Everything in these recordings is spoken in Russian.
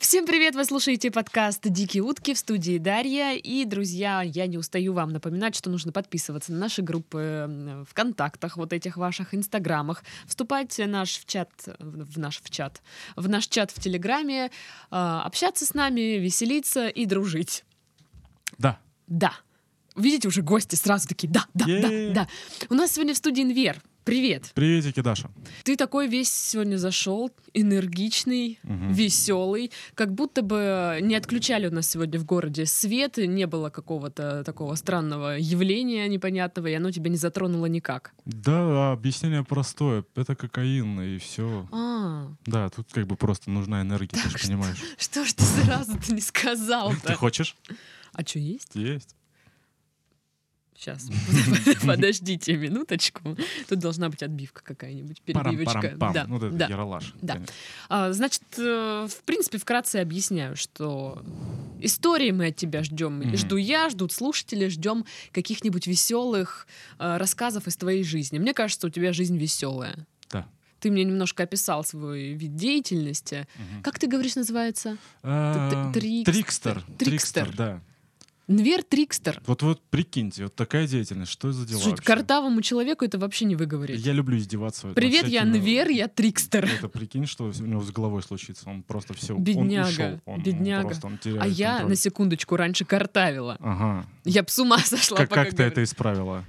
Всем привет! Вы слушаете подкаст «Дикие утки» в студии Дарья. И, друзья, я не устаю вам напоминать, что нужно подписываться на наши группы э, в контактах, вот этих ваших инстаграмах, вступать в наш в чат, в наш в чат, в наш чат в Телеграме, э, общаться с нами, веселиться и дружить. Да. Да. Видите, уже гости сразу такие «да, да, Е-е-е. да, да». У нас сегодня в студии Инвер. Привет! Приветики, Даша. Ты такой весь сегодня зашел, энергичный, Мгм. веселый, как будто бы э, не отключали у нас сегодня в городе свет, и не было какого-то такого странного явления непонятного, и оно тебя не затронуло никак. Да, объяснение простое. Это кокаин и все. А, Да, тут как бы просто нужна энергия, ты же понимаешь. что ж ты сразу-то не Ты сказал-то? хочешь? А что есть? Есть. Сейчас, подождите минуточку. Тут должна быть отбивка какая-нибудь, перебивочка. Парам-парам-пам. Да, Ну, вот это да. яролаж. Да. конечно. А, Значит, э, в принципе, вкратце объясняю, что истории мы от тебя ждем. Мгм. Жду я, ждут слушатели, ждем каких-нибудь веселых э, рассказов из твоей жизни. Мне кажется, у тебя жизнь веселая. Да. Ты мне немножко описал свой вид деятельности. Мгм. Как ты говоришь, называется? А, Т- трикс- Трикстер. трикстер. Трикстер, да. Нвер Трикстер. Вот вот прикиньте, вот такая деятельность, что за дела Слушай, вообще? картавому человеку это вообще не выговорить. Я люблю издеваться. над Привет, я всякими- Нвер, я Трикстер. Это прикинь, что у него с головой случится. Он просто все. Бедняга, Он ушел. Он бедняга. просто, он теряет А я, контроль. на секундочку, раньше картавила. Ага. Я б с ума сошла, Как, пока как ты это говорю. исправила?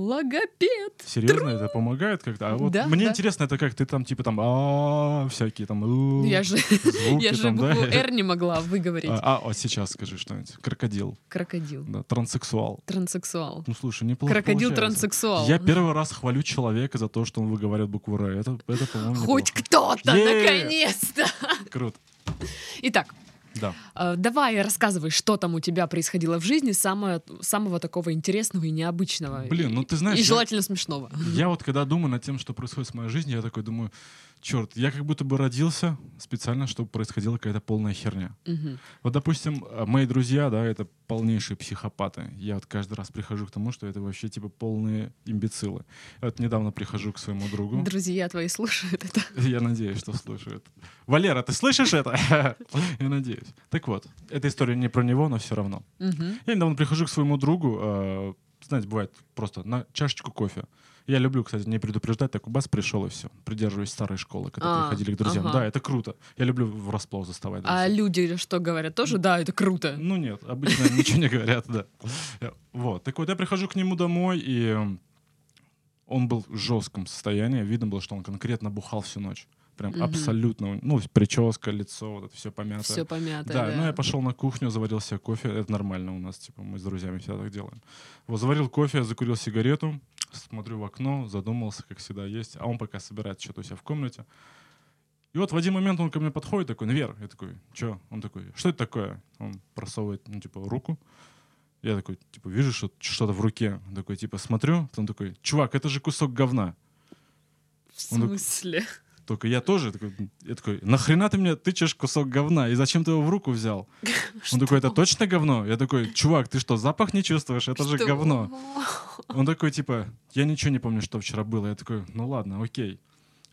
Логопед. Серьезно, это помогает как-то? А вот Да, мне да. интересно, это как ты там типа там «а», всякие там «у», Ну, Я же звуки Я же там, да? букву «Р» не могла выговорить. А, а, а сейчас скажи что-нибудь. Крокодил, Крокодил. да, транссексуал. Транссексуал. Ну слушай, неплохо получается. Крокодил-транссексуал. Я первый раз хвалю человека за то, что он выговаривает букву «Р». Это, это по-моему, Хоть неплохо. кто-то, Е! наконец-то! Круто, Итак, да. э, давай рассказывай, что там у тебя происходило в жизни самое, самого такого интересного и необычного. Блин, И- ну ты знаешь, И я- желательно смешного. Я вот когда думаю над тем, что происходит с моей жизнью, я такой думаю, черт, я как будто бы родился специально, чтобы происходила какая-то полная херня. Мгм. Вот, допустим, э, мои друзья, да, это полнейшие психопаты. Я вот каждый раз прихожу к тому, что это вообще типа полные имбецилы. Вот недавно прихожу к своему другу. Друзья твои слушают это. Я надеюсь, что слушают. Валера, ты слышишь это? Я надеюсь. Так вот, эта история не про него, но все равно. Мгм. Я недавно прихожу к своему другу, э, знаете, бывает просто на чашечку кофе. Я люблю, кстати, не предупреждать, так у вас пришел и все. Придерживаюсь старой школы, когда А, приходили к друзьям. ага. Да, это круто. Я люблю врасплох заставать. А друзей. люди что говорят? Тоже, да, это круто. Ну нет, обычно ничего не говорят, да. Вот, так вот, я прихожу к нему домой, и эм, он был в жестком состоянии. Видно было, что он конкретно бухал всю ночь. Прям Мгм. абсолютно. Ну, прическа, лицо, вот это все помято. Все помято. Да, ну я пошел на кухню, заварил себе кофе. Это нормально у нас, типа, мы с друзьями всегда так делаем. Вот, заварил кофе, закурил сигарету, смотрю в окно, задумался, как всегда есть. А он пока собирает что-то у себя в комнате. И вот в один момент он ко мне подходит, такой, Навер, я такой, чё? Он такой, что это такое? Он просовывает, ну, типа, руку. Я такой, типа, вижу что- что-то в руке. Он такой, типа, смотрю. Он такой, чувак, это же кусок говна. В он так- смысле? Только я тоже. Такой, я такой, нахрена ты мне тычешь кусок говна? И зачем ты его в руку взял? Он такой, это точно говно? Я такой, чувак, ты что, запах не чувствуешь? Это же Что? говно. Он такой, типа, я ничего не помню, что вчера было. Я такой, ну ладно, окей.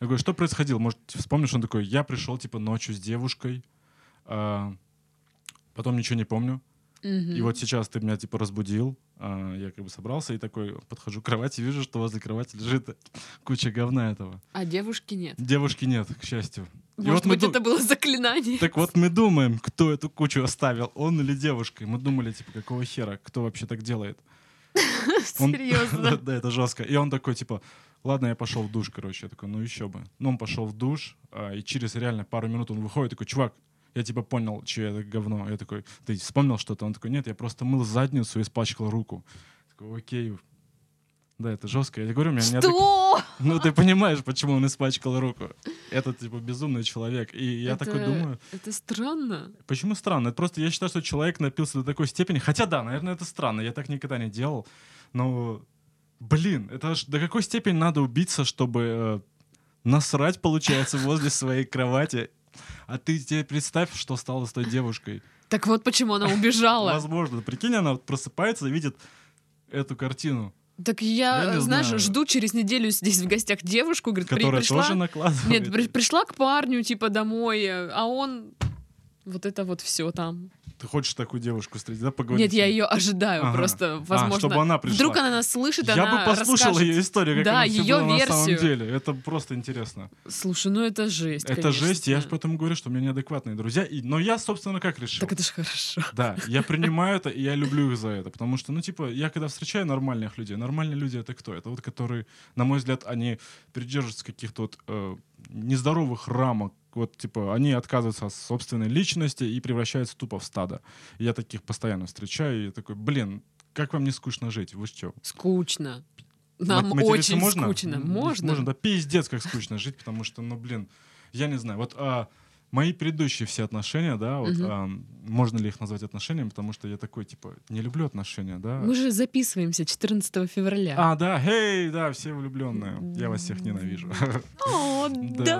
Я говорю, что происходило? Может, вспомнишь? Он такой, я пришел, типа, ночью с девушкой, а, потом ничего не помню. Мгм. И вот сейчас ты меня, типа, разбудил. а, я как бы собрался и такой подхожу к кровати, вижу, что возле кровати лежит куча говна этого. А девушки нет. Девушки нет, к счастью. И Может вот мы быть, ду- это было заклинание. Так вот мы думаем, кто эту кучу оставил, он или девушка. И мы думали, типа, какого хера, кто вообще так делает? Он- Серьезно. да, это жестко. И он такой, типа, ладно, я пошел в душ, короче. Я такой, ну еще бы. Ну, он пошел в душ, а, и через реально пару минут он выходит, такой, чувак, я типа понял, чье это говно. Я такой, ты вспомнил что-то? Он такой, нет, я просто мыл задницу и испачкал руку. Я такой, окей. Да, это жестко. Я тебе говорю, у меня неадек- Что? Ну, ты понимаешь, почему он испачкал руку. Это, типа, безумный человек. И я Это- такой думаю... Это странно. Почему странно? Это просто я считаю, что человек напился до такой степени. Хотя да, наверное, это странно. Я так никогда не делал. Но, блин, это ж до какой степени надо убиться, чтобы э, насрать, получается, возле своей кровати. А ты тебе представь, что стало с той девушкой. Так вот почему она убежала. Возможно, прикинь, она вот просыпается и видит эту картину, Так я, Я не знаешь, знаю. жду через неделю здесь в гостях девушку, говорит, при- которая пришла. тоже накладывает. Нет, при- пришла к парню, типа, домой, э, а он Вот это вот все там. Ты хочешь такую девушку встретить, да, поговорить? Нет, я ее ожидаю Ага. просто, А, возможно. чтобы она пришла. Вдруг она нас слышит, Я она бы послушал расскажет. ее историю, как Да, оно всё её было на самом версию. деле. Это просто интересно. Слушай, ну это жесть, это конечно. жесть, я же поэтому говорю, что у меня неадекватные друзья. И, но я, собственно, как решил? Так это же хорошо. Да, я принимаю это, и я люблю их за это. Потому что, ну, типа, я когда встречаю нормальных людей, нормальные люди — это кто? Это вот которые, на мой взгляд, они придерживаются каких-то вот э, нездоровых рамок. Вот, типа, они отказываются от собственной личности и превращаются тупо в стадо. И я таких постоянно встречаю, и я такой, блин, как вам не скучно жить? Вы что? Скучно. Нам Мат- материться очень можно? скучно. М, Можно? Можно, да пиздец, как скучно жить, потому что, ну, блин, я не знаю. Вот а, мои предыдущие все отношения, да, вот, Мгм. а, можно ли их назвать отношениями, потому что я такой, типа, не люблю отношения, да. Мы же записываемся 14 февраля. А, да, эй, да, все влюбленные. Я вас всех ненавижу. О, Да, да,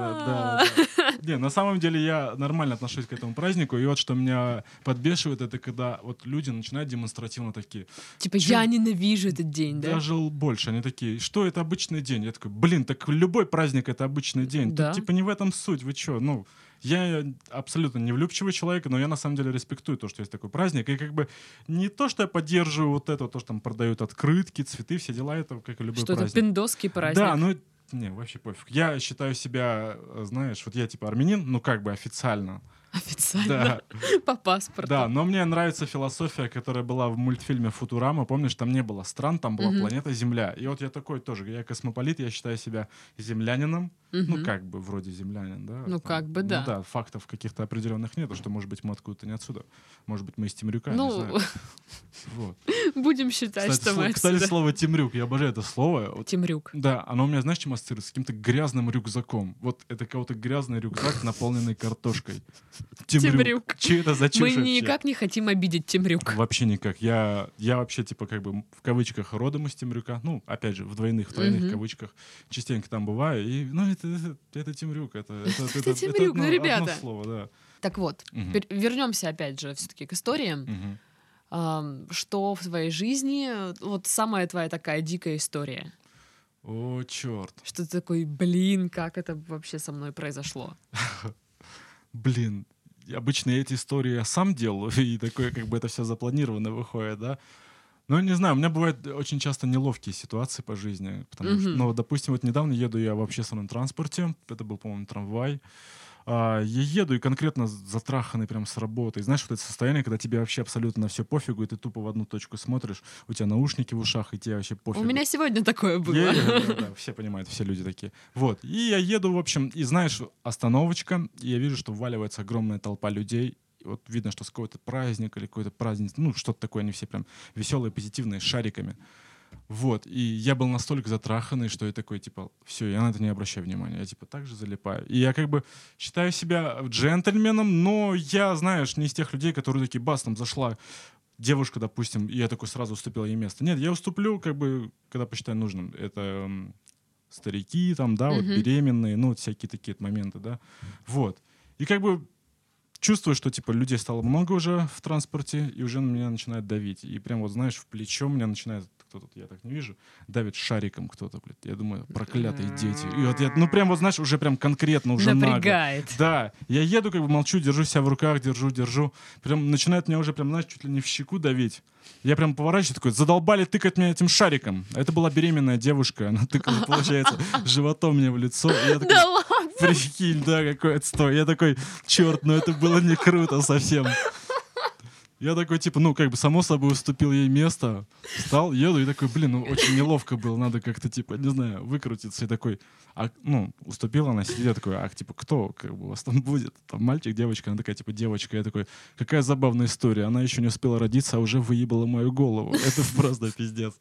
да. Не, на самом деле я нормально отношусь к этому празднику, и вот что меня подбешивает, это когда вот люди начинают демонстративно такие, Типа, Чё? я ненавижу этот день, да? Даже л- больше. Они такие, что это обычный день? Я такой, блин, так любой праздник это обычный день. Тут, Да. типа не в этом суть, вы чё? Ну, я абсолютно не влюбчивый человек, но я на самом деле респектую то, что есть такой праздник. И как бы не то, что я поддерживаю вот это, то, что там продают открытки, цветы, все дела, это как и любой Что это праздник. пиндосский праздник. Да, ну не, вообще пофиг. Я считаю себя, э, знаешь, вот я типа армянин, ну как бы официально. Официально. По паспорту. Да, ну, но мне нравится философия, которая была в мультфильме Футурама. Помнишь, там не было стран, там была Мгм. планета Земля. И вот я такой тоже. Я космополит, я считаю себя землянином. Мгм. Ну, как бы, вроде землянин, да? Ну, как бы, да. Ну, да, фактов каких-то определенных нету, что, может быть, мы откуда-то не отсюда. Может быть, мы из Темрюка, не Ну, знаю. Вот. будем считать, Кстати, что мы сло- кстати, отсюда. слово «темрюк», я обожаю это слово. Вот Темрюк. да, оно у меня, знаешь, чем ассоциируется? С каким-то грязным рюкзаком. Вот это кого-то грязный рюкзак, наполненный картошкой. Темрюк. Че это за чушь Мы вообще? никак не хотим обидеть Темрюк. Вообще никак. Я, я вообще, типа, как бы м, в кавычках родом из Темрюка. Ну, опять же, в двойных, в тройных Мгм. кавычках. Частенько там бываю. И, ну, это, это, это Темрюк. Это, это, это, это Темрюк, одно- ну, ребята. Одно слово, да. Так вот, Мгм. вернемся опять же все-таки к историям. Мгм. Ам, Что в твоей жизни э, вот самая твоя такая дикая история? О, черт. Что ты такой, блин, как это вообще со мной произошло? Блин. И Обычно я эти истории я сам делаю, и такое, как бы это все запланировано выходит, да. Ну, не знаю, у меня бывают очень часто неловкие ситуации по жизни. Потому что, Мгм. ну, допустим, вот недавно еду я в общественном транспорте, это был, по-моему, трамвай. А, я еду и конкретно затраханный прям с работы. И знаешь, вот это состояние, когда тебе вообще абсолютно на все пофигу, и ты тупо в одну точку смотришь, у тебя наушники в ушах, и тебе вообще пофигу. У меня сегодня такое Я- было. я- да, да, все понимают, все люди такие. Вот. И я еду, в общем, и знаешь, остановочка, и я вижу, что вваливается огромная толпа людей. И вот видно, что с какой-то праздник или какой-то праздник, ну, что-то такое, они все прям веселые, позитивные, с шариками. Вот, и я был настолько затраханный, что я такой, типа, все, я на это не обращаю внимания, я, типа, так же залипаю. И я, как бы, считаю себя джентльменом, но я, знаешь, не из тех людей, которые такие, бас, там зашла девушка, допустим, и я такой сразу уступил ей место. Нет, я уступлю, как бы, когда посчитаю нужным. Это м, старики, там, да, вот Мгм. беременные, ну, вот всякие такие моменты, да. Вот. И как бы чувствую, что, типа, людей стало много уже в транспорте, и уже на меня начинает давить. И прям вот, знаешь, в плечо меня начинает кто-то, я так не вижу, давит шариком кто-то, блядь. Я думаю, проклятые дети. И вот я, ну, прям вот, знаешь, уже прям конкретно, уже нагло. Напрягает. Да, я еду, как бы молчу, держу себя в руках, держу, держу. Прям начинает меня уже прям, знаешь, чуть ли не в щеку давить. Я прям поворачиваюсь такой, задолбали тыкать меня этим шариком. Это была беременная девушка, она тыкала, получается, животом мне в лицо. И я такой, Да ладно. прикинь, да, какой отстой. Я такой, черт, ну это было не круто совсем. Я такой, типа, ну, как бы, само собой, уступил ей место, встал, еду, и такой, блин, ну, очень неловко было, надо как-то, типа, не знаю, выкрутиться, и такой, а, ну, уступила она, сидит, я такой, а, типа, кто, как бы, у вас там будет, там, мальчик, девочка, она такая, типа, девочка, я такой, какая забавная история, она еще не успела родиться, а уже выебала мою голову, это просто пиздец.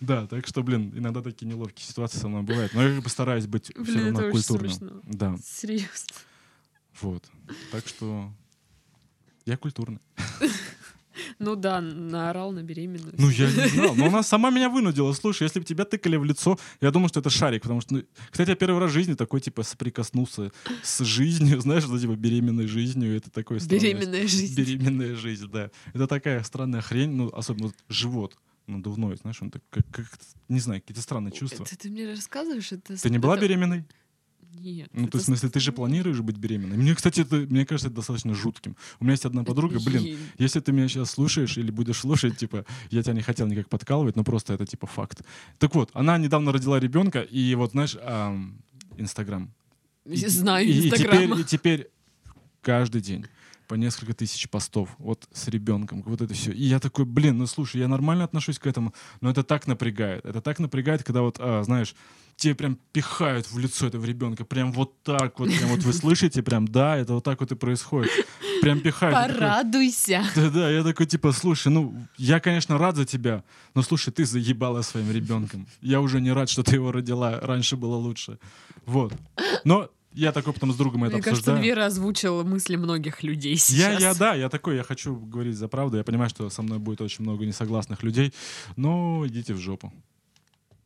Да, так что, блин, иногда такие неловкие ситуации со мной бывают, но я как бы стараюсь быть все Блин, это равно очень культурным. смешно. Да. Серьезно. Вот. Так что я культурный. Ну да, наорал на беременную. Ну, я не знал, но она сама меня вынудила. Слушай, если бы тебя тыкали в лицо, я думал, что это шарик, потому что, ну, кстати, я первый раз в жизни такой, типа, соприкоснулся с жизнью, знаешь, что, типа, беременной жизнью, это такое странное- Беременная жизнь. Беременная жизнь, да. Это такая странная хрень, ну, особенно вот живот надувной, знаешь, он так, как, как- не знаю, какие-то странные чувства. Это ты мне рассказываешь? Это Ты не была это- беременной? Нет. Ну, это то есть, в смысле, ты же планируешь быть беременной. Мне, кстати, это, мне кажется, это достаточно жутким. У меня есть одна подруга, блин, Охренеть. если ты меня сейчас слушаешь или будешь слушать, типа, я тебя не хотел никак подкалывать, но просто это, типа, факт. Так вот, она недавно родила ребенка, и вот, знаешь, ам, Инстаграм. И- Я знаю и- и Инстаграма. теперь- И теперь каждый день по несколько тысяч постов вот с ребенком, вот это все. И я такой, блин, ну слушай, я нормально отношусь к этому, но это так напрягает. Это так напрягает, когда вот, а, знаешь, тебе прям пихают в лицо этого ребенка, прям вот так вот, прям вот вы слышите, прям да, это вот так вот и происходит. Прям пихают. Я такой, Порадуйся. да-да, я такой, типа, слушай, ну, я, конечно, рад за тебя, но, слушай, ты заебала своим ребенком. Я уже не рад, что ты его родила, раньше было лучше. Вот. Но я такой потом с другом это Мне кажется, обсуждаю. Вера озвучила мысли многих людей я, сейчас. я, да, я такой, я хочу говорить за правду. Я понимаю, что со мной будет очень много несогласных людей, но идите в жопу.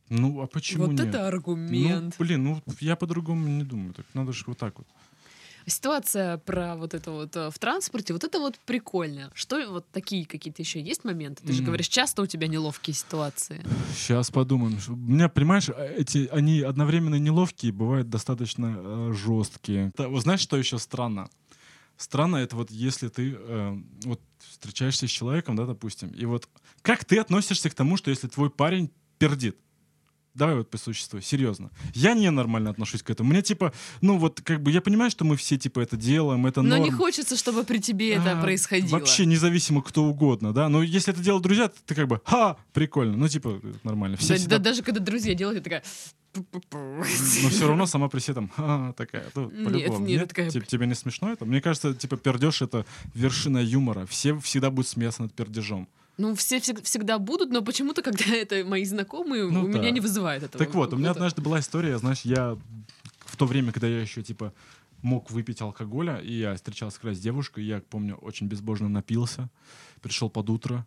Ну, а почему Вот нет? это ну, аргумент. блин, ну я по-другому не думаю. Так надо же вот так вот. Ситуация про вот это вот э, в транспорте, вот это вот прикольно. Что вот такие какие-то еще есть моменты? Ты же Мгм. говоришь, часто у тебя неловкие ситуации. Сейчас подумаем. Ш- У меня, понимаешь, э, эти, они одновременно неловкие, бывают достаточно э, жесткие. Та- вот знаешь, что еще странно? Странно это вот если ты э, вот встречаешься с человеком, да, допустим, и вот как ты относишься к тому, что если твой парень пердит? Давай вот по существу, серьезно. Я ненормально отношусь к этому. Мне типа, ну вот как бы я понимаю, что мы все типа это делаем, это Но норм. не хочется, чтобы при тебе это А, происходило. Вообще независимо кто угодно, да. Но если это делают друзья, ты как бы, ха, прикольно. Ну типа нормально. Все Да- всегда Ну, да- даже когда друзья делают, я такая... «Пу-пу-пу». но все равно сама при себе там «Ха», такая, ну, Нет, по-любому. нет, такая, Тип- тебе не смешно это? Мне кажется, типа, пердеж — это вершина юмора. Все всегда будут смеяться над пердежом. Ну, все всег- всегда будут, но почему-то, когда это мои знакомые, Ну у да. меня не вызывает этого. Так вот, у меня какого-то- однажды была история, знаешь, я в то время, когда я еще, типа, мог выпить алкоголя, и я встречался как раз с девушкой, я, помню, очень безбожно напился, пришел под утро,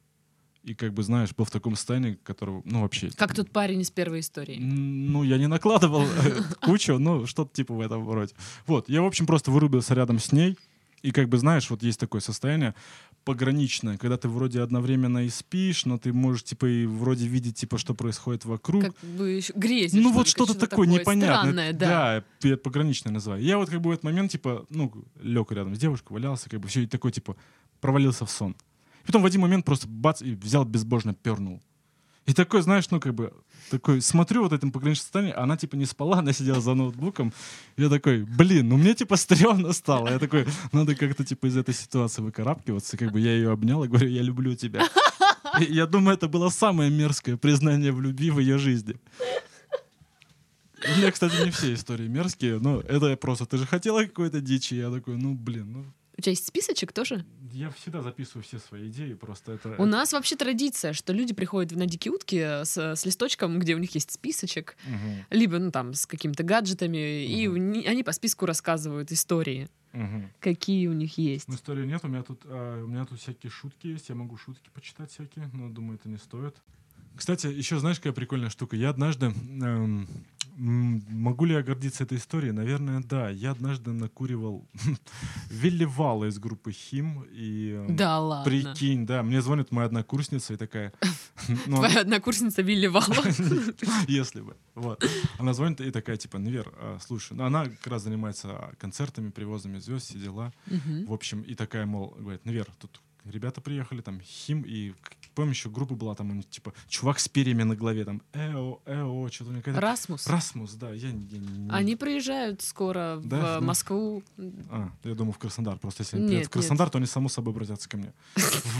и, как бы, знаешь, был в таком состоянии, которого, ну, вообще... Как тот парень из первой истории. М, Ну, я не накладывал э, кучу, ну, что-то типа в этом роде. Вот, я, в общем, просто вырубился рядом с ней. И как бы, знаешь, вот есть такое состояние пограничное, когда ты вроде одновременно и спишь, но ты можешь, типа, и вроде видеть, типа, что происходит вокруг. Как бы еще грезишь. Ну ли, вот что-то такое непонятное. Странное, да. Да, я пограничное называю. Я вот как бы в этот момент, типа, ну, лег рядом с девушкой, валялся, как бы все, и такой, типа, провалился в сон. И потом в один момент просто бац, и взял безбожно, пернул. И такой, знаешь, ну как бы, такой, смотрю вот этим пограничном состоянии, а она типа не спала, она сидела за ноутбуком. Я такой, блин, ну мне типа стрёмно стало. Я такой, надо как-то типа из этой ситуации выкарабкиваться. Как бы я ее обнял и говорю, я люблю тебя. И я думаю, это было самое мерзкое признание в любви в ее жизни. У меня, кстати, не все истории мерзкие, но это просто, ты же хотела какой-то дичи, я такой, ну блин, ну У тебя есть списочек тоже? я всегда записываю все свои идеи, просто это... У нас вообще традиция, что люди приходят на дикие утки с, с листочком, где у них есть списочек, Мгм, либо ну там с какими-то гаджетами, и Мгм. у ни- они по списку рассказывают истории, мгм. какие у них есть. Ну, истории нет, у меня тут а, у меня тут всякие шутки есть, я могу шутки почитать всякие, но думаю, это не стоит. Кстати, еще знаешь, какая прикольная штука? Я однажды эм, м, могу ли я гордиться этой историей? Наверное, да. Я однажды накуривал Велливала из группы Хим и эм, Да ладно. прикинь, да, мне звонит моя однокурсница и такая, ну, она- Твоя однокурсница Вилли Вала. Если бы. Вот. Она звонит и такая, типа, Невер, а, слушай, ну, она как раз занимается а, концертами, привозами звезд, все дела. Мгм. В общем, и такая, мол, говорит, Невер, тут ребята приехали, там, Хим, и к- помню, еще группа была, там, у них, типа, чувак с перьями на голове, там, эо, эо, что-то у них какая-то- Расмус. Расмус, да, я, не- я не... Они приезжают скоро Да? в Ну. Москву. А, я думал, в Краснодар. Просто если они приедут Нет, в Краснодар, то они само собой обратятся ко мне.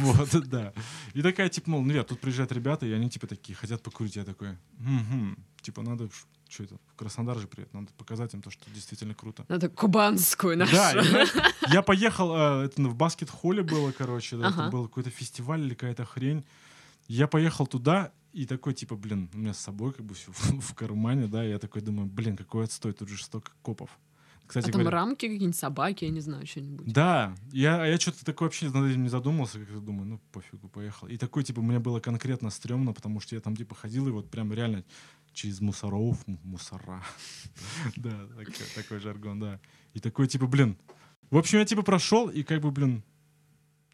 Вот, да. И такая, типа, мол, нет, тут приезжают ребята, и они, типа, такие, хотят покурить. Я такой, «Мгм». типа, надо, что это, в Краснодар же приедет, надо показать им то, что действительно круто. Надо кубанскую нашу. Да, и знаешь, я поехал, э, это в баскет-холле было, короче, да, это Ага. был какой-то фестиваль или какая-то хрень. Я поехал туда, и такой, типа, блин, у меня с собой как бы все в кармане, да, и я такой думаю, блин, какой отстой, тут же столько копов. Кстати, а там говоря, рамки какие-нибудь, собаки, я не знаю, что-нибудь. да, я, я что-то такое вообще над этим не задумывался, как думаю, ну пофигу, поехал. И такой, типа, мне было конкретно стрёмно, потому что я там, типа, ходил, и вот прям реально через мусоров, м- мусора. Да, такой- такой жаргон, да. И такой, типа, блин. В общем, я, типа, прошел, и как бы, блин,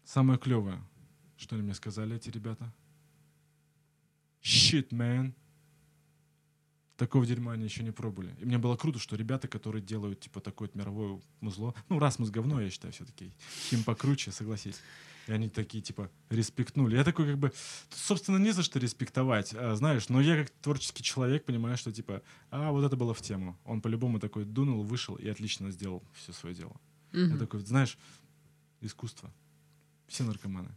самое клевое, что они мне сказали, эти ребята. Shit, man. такого дерьма они еще не пробовали. И мне было круто, что ребята, которые делают, типа, такое вот мировое музло, ну, раз мы говно, я считаю, все-таки, хим покруче, согласись. И они такие, типа, респектнули. Я такой, как бы, тут, собственно, не за что респектовать, а, знаешь, но я как творческий человек понимаю, что, типа, а, вот это было в тему. Он по-любому такой дунул, вышел и отлично сделал все свое дело. Я Мгм. такой, знаешь, искусство. Все наркоманы.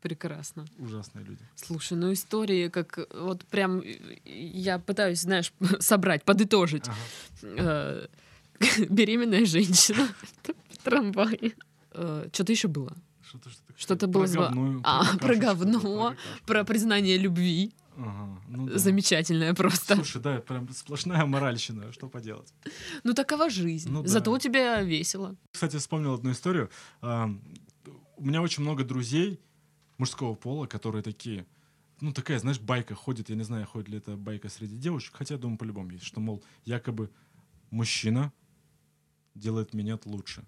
Прекрасно. Ужасные люди. Слушай, ну истории как э, вот прям э, я пытаюсь, знаешь, собрать, подытожить. Ага. Э, Беременная женщина в трамвае. Что-то еще было. Что-то, что-то, Что-то про было зва- говно, А, какашечку, про говно, какашку. Про признание любви. Ага, ну да. Замечательное просто. Слушай, да, прям сплошная моральщина, что поделать. Ну такова жизнь. Ну да. Зато у тебя весело. Кстати, вспомнил одну историю. Ам, У меня очень много друзей мужского пола, которые такие, ну такая, знаешь, байка ходит, я не знаю, ходит ли это байка среди девушек, хотя, думаю, по-любому есть, что, мол, якобы мужчина делает меня лучше.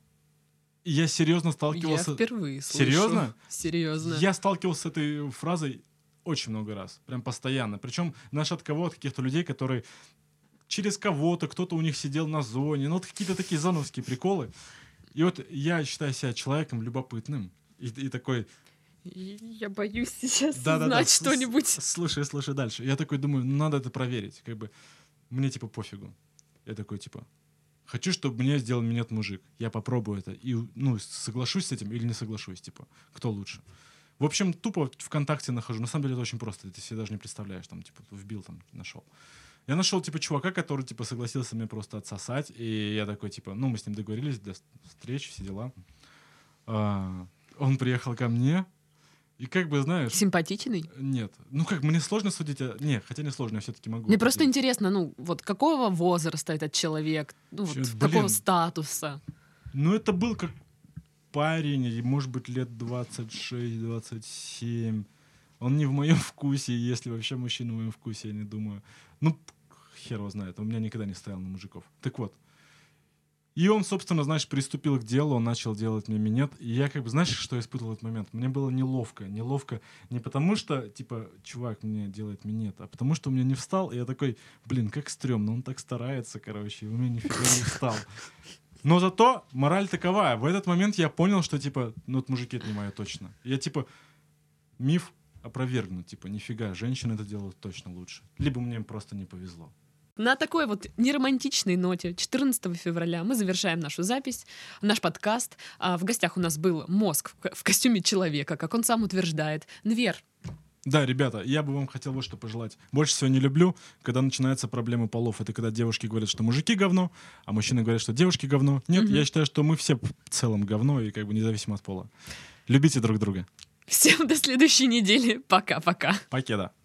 И я серьезно Я сталкивался... впервые слышу. Серьезно? Серьезно. Я сталкивался с этой фразой очень много раз, прям постоянно. Причем, знаешь, от кого? От каких-то людей, которые через кого-то, кто-то у них сидел на зоне, ну вот какие-то такие зоновские приколы. И вот я считаю себя человеком любопытным. И, и такой, Я боюсь сейчас да-да-да, узнать с- что-нибудь. слушай, слушай дальше. Я такой думаю, ну надо это проверить, как бы мне типа пофигу. Я такой типа, хочу, чтобы мне сделал минет мужик. Я попробую это и ну соглашусь с этим или не соглашусь, типа, кто лучше. В общем, тупо ВКонтакте нахожу. На самом деле это очень просто. Ты себе даже не представляешь, там, типа, вбил, там, нашел. Я нашел, типа, чувака, который, типа, согласился мне просто отсосать. И я такой, типа, ну, мы с ним договорились до с- встречи, все дела. А, он приехал ко мне. И как бы, знаешь... Симпатичный? Нет. Ну как, мне сложно судить. а- Не, хотя не сложно, я все-таки могу. Мне просто определить. интересно, ну, вот какого возраста этот человек, ну, вот, Чё, какого блин. статуса. Ну это был как парень, и, может быть, лет 26-27. Он не в моем вкусе, если вообще мужчина в моем вкусе, я не думаю. Ну, п- хер его знает, он меня никогда не стоял на мужиков. Так вот. И он, собственно, знаешь, приступил к делу, он начал делать мне минет. И я как бы, знаешь, что я испытывал в этот момент? Мне было неловко. Неловко не потому, что, типа, чувак мне делает минет, а потому, что у меня не встал. И я такой, блин, как стрёмно, он так старается, короче, и у меня нифига не встал. Но зато мораль такова. В этот момент я понял, что, типа, ну, вот мужики, это не мое точно. Я, типа, миф опровергнут. Типа, нифига, женщины это делают точно лучше. Либо мне просто не повезло. На такой вот неромантичной ноте 14 февраля мы завершаем нашу запись, наш подкаст. А, В гостях у нас был мозг в ко- в костюме человека, как он сам утверждает. Нвер, Да, ребята, я бы вам хотел вот что пожелать. Больше всего не люблю, когда начинаются проблемы полов. Это когда девушки говорят, что мужики говно, а мужчины говорят, что девушки говно. Нет, Мгм. я считаю, что мы все в целом говно и как бы независимо от пола. Любите друг друга. всем до следующей недели. Пока-пока. Покеда.